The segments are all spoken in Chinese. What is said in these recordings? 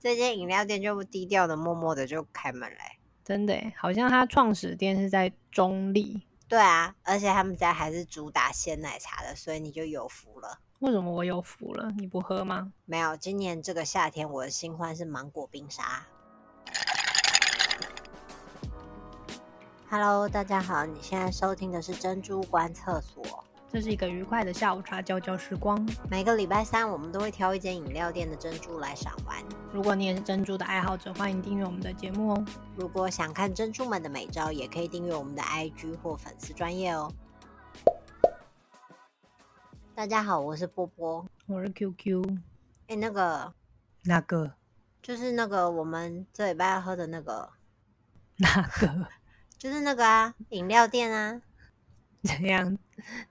这间饮料店就低调的、默默的就开门嘞、真的耶，欸好像它创始店是在中立，对啊，而且他们家还是主打鲜奶茶的，所以你就有福了。为什么我有福了？你不喝吗？没有，今年这个夏天我的新欢是芒果冰沙。Hello，大家好，你现在收听的是珍珠观厕所。这是一个愉快的下午茶交交时光。每个礼拜三，我们都会挑一间饮料店的珍珠来赏玩。如果你也是珍珠的爱好者，欢迎订阅我们的节目哦。如果想看珍珠们的美照，也可以订阅我们的 IG 或粉丝专业哦。大家好，我是波波。我是 QQ，哎、那个哪个？就是那个我们这礼拜要喝的那个，哪个？就是那个啊，饮料店啊， 怎样？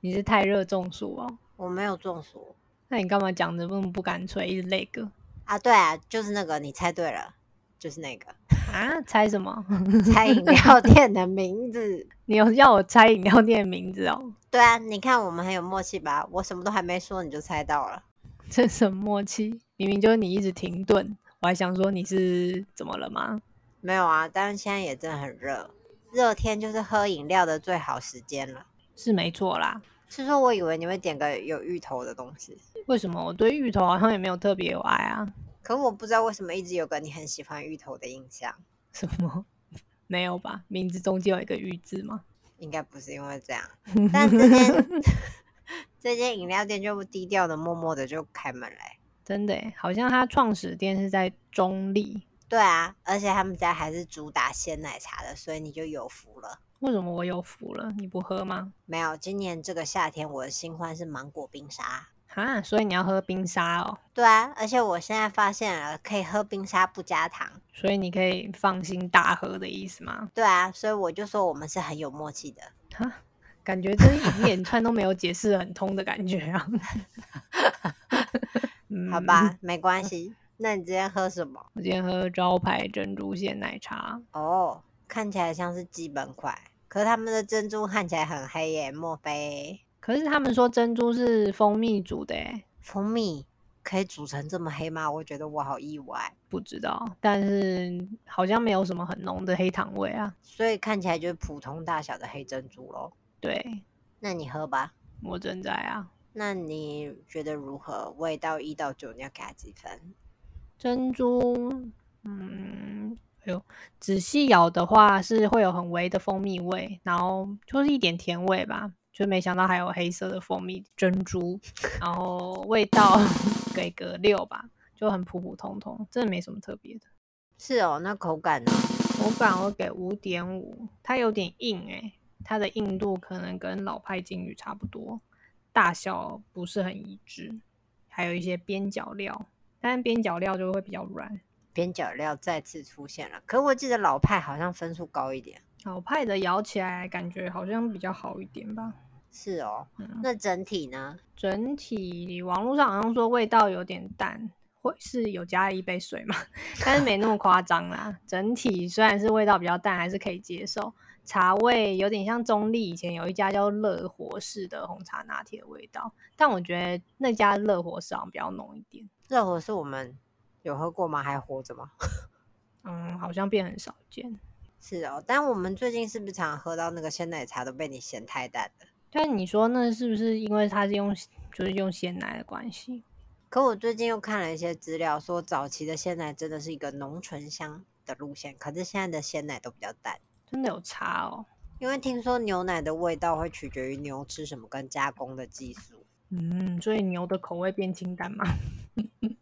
你是太热中暑哦？我没有中暑那你干嘛讲的那么不干脆，一直那个啊。对啊，就是那个，你猜对了，就是那个啊？猜什么？ 猜饮料店的名字。你有要我猜饮料店的名字哦？对啊，你看我们很有默契吧？我什么都还没说你就猜到了。这什么默契？明明就是你一直停顿，我还想说你是怎么了吗？没有啊，但是现在也真的很热，热天就是喝饮料的最好时间了。是没错啦。是说我以为你会点个有芋头的东西，为什么我对芋头好像也没有特别有爱啊？可我不知道为什么一直有个你很喜欢芋头的印象，什么？没有吧？名字中间有一个芋字吗？应该不是因为这样。但这间 这间饮料店就低调的、默默的就开门嘞、真的耶，好像它创始店是在中立。对啊，而且他们家还是主打鲜奶茶的，所以你就有福了。为什么我有福了？你不喝吗？没有，今年这个夏天我的新欢是芒果冰沙。啊，所以你要喝冰沙哦，对啊，而且我现在发现了可以喝冰沙不加糖。所以你可以放心大喝的意思吗？对啊，所以我就说我们是很有默契的。哈，感觉这一连串都没有解释得很通的感觉啊。嗯 好吧，，没关系。那你今天喝什么？我今天喝招牌珍珠鲜奶茶，哦，看起来像是基本款，可是他们的珍珠看起来很黑耶，莫非可是他们说珍珠是蜂蜜煮的欸耶，蜂蜜可以煮成这么黑吗？我觉得我好意外，不知道，但是好像没有什么很浓的黑糖味啊。所以看起来就是普通大小的黑珍珠咯。对，那你喝吧。我正在啊。那你觉得如何？味道一到九，你要给它几分？珍珠，嗯，哎呦，仔细咬的话是会有很微的蜂蜜味，然后就是一点甜味吧。就没想到还有黑色的蜂蜜珍珠，然后味道 给个六吧，就很普普通通，真的没什么特别的。是哦，那口感呢？口感我给五点五，它有点硬诶、它的硬度可能跟老派金鱼差不多，大小不是很一致，还有一些边角料，但是边角料就会比较软。边角料再次出现了，可我记得老派好像分数高一点。老派的咬起来感觉好像比较好一点吧。是哦，嗯那整体呢？整体网络上好像说味道有点淡，或是有加了一杯水嘛， 但是没那么夸张啦。整体虽然是味道比较淡，还是可以接受。茶味有点像中立以前有一家叫乐活式的红茶拿铁的味道，但我觉得那家乐活式好像比较浓一点。热火是我们有喝过吗？还活着吗？嗯，好像变很少见。是哦，但我们最近是不是常喝到那个鲜奶茶都被你嫌太淡了？但你说那是不是因为它是用就是用鲜奶的关系？可我最近又看了一些资料，说早期的鲜奶真的是一个浓醇香的路线，可是现在的鲜奶都比较淡，真的有差哦。因为听说牛奶的味道会取决于牛吃什么跟加工的技术。嗯，所以牛的口味变清淡 吗？嗯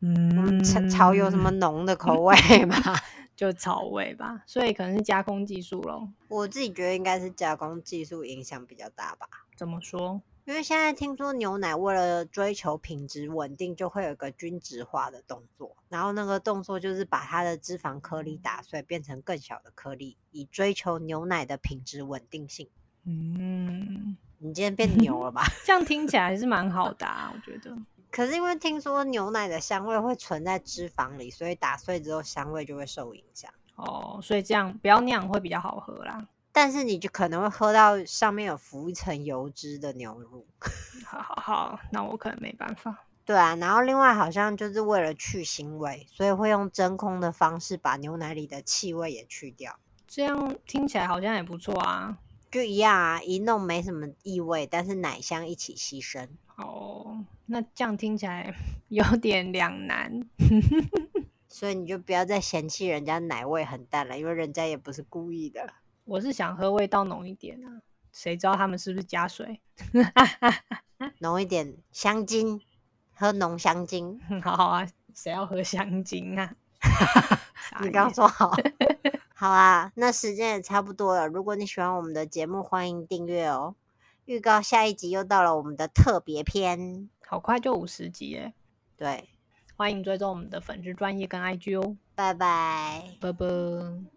我们草草嗯有什么浓的口味吗？ 就草味吧，所以可能是加工技术咯。我自己觉得应该是加工技术影响比较大吧。怎么说？因为现在听说牛奶为了追求品质稳定，就会有一个均值化的动作，然后那个动作就是把它的脂肪颗粒打碎，变成更小的颗粒，以追求牛奶的品质稳定性。嗯，你今天变牛了吧？ 这样听起来还是蛮好的、啊，我觉得。可是因为听说牛奶的香味会存在脂肪里，所以打碎之后香味就会受影响。哦，所以这样不要酿会比较好喝啦。但是你就可能会喝到上面有浮一层油脂的牛乳。好好好，那我可能没办法。对啊，然后另外好像就是为了去腥味，所以会用真空的方式把牛奶里的气味也去掉，这样听起来好像也不错啊。就一样啊，一弄没什么异味，但是奶香一起牺牲。哦，那这样听起来 有点两难。所以你就不要再嫌弃人家奶味很淡了，因为人家也不是故意的。 我是想喝味道浓一点啊，谁知道他们是不是加水？浓一点香精，喝浓香精。 好啊，谁要喝香精 啊？傻你刚刚眼说好，好啊，那时间也差不多了。如果你喜欢我们的节目，欢迎订阅哦。预告下一集又到了我们的特别篇，好快就五十集耶！对，欢迎追踪我们的粉丝专业跟 IG 哦，拜拜。拜拜。